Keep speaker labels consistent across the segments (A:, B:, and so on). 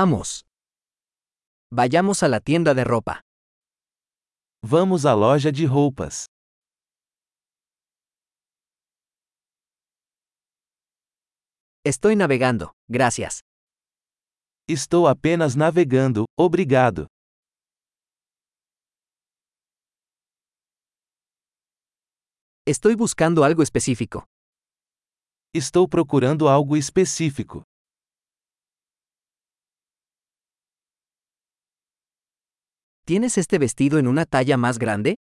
A: Vamos. Vayamos a la tienda de ropa.
B: Vamos à loja de roupas.
A: Estoy navegando, gracias.
B: Estou apenas navegando, obrigado.
A: Estoy buscando algo específico.
B: Estou procurando algo específico.
A: ¿Tienes este vestido en una talla más grande?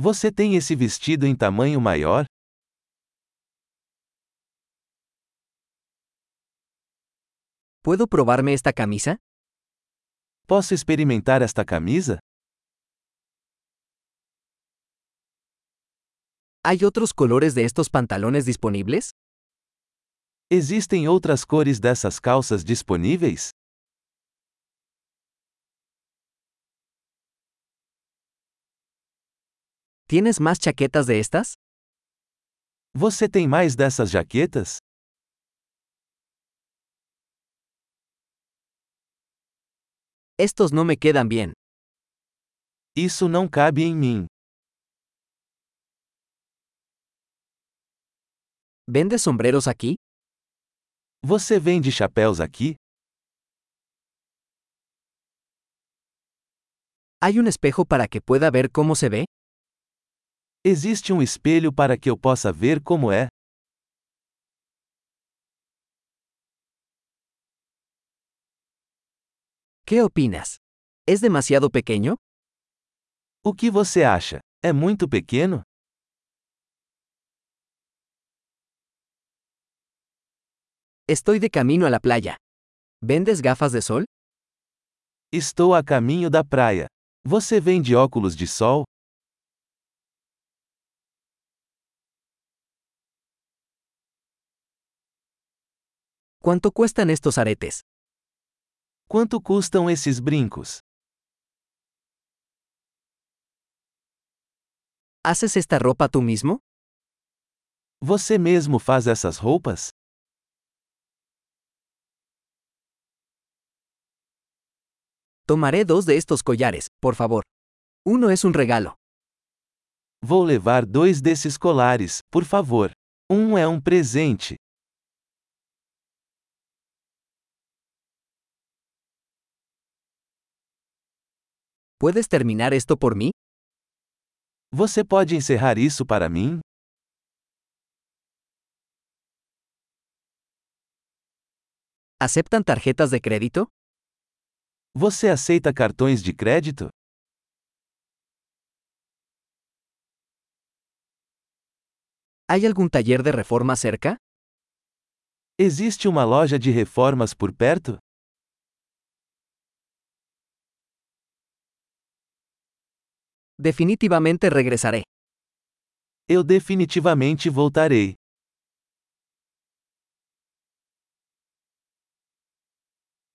B: Você tem esse vestido em tamanho maior?
A: ¿Puedo probarme esta camisa?
B: Posso experimentar esta camisa?
A: ¿Hay otros colores de estos pantalones disponibles?
B: Existem outras cores dessas calças disponíveis?
A: ¿Tienes más chaquetas de estas?
B: Você tem mais dessas jaquetas?
A: Estos no me quedan bien.
B: Isso não cabe em mim.
A: ¿Vendes sombreros aquí?
B: Você vende chapéus aqui?
A: ¿Hay un espejo para que pueda ver cómo se ve?
B: Existe um espelho para que eu possa ver como é?
A: ¿Qué opinas? ¿Es demasiado pequeño?
B: O que você acha? É muito pequeno?
A: Estoy de camino a la playa. ¿Vendes gafas de sol?
B: Estou a caminho da praia. Você vende óculos de sol?
A: ¿Cuánto cuestan estos aretes?
B: Quanto custam esses brincos?
A: ¿Haces esta ropa tú mismo?
B: Você mesmo faz essas roupas?
A: Tomaré dos de estos collares, por favor. Uno es un regalo.
B: Vou levar dois desses colares, por favor. Um é um presente.
A: ¿Puedes terminar esto por mí?
B: Você pode encerrar isso para mim?
A: ¿Aceptan tarjetas de crédito?
B: Você aceita cartões de crédito?
A: ¿Hay algún taller de reforma cerca?
B: Existe uma loja de reformas por perto?
A: Definitivamente regresaré.
B: Eu definitivamente voltarei.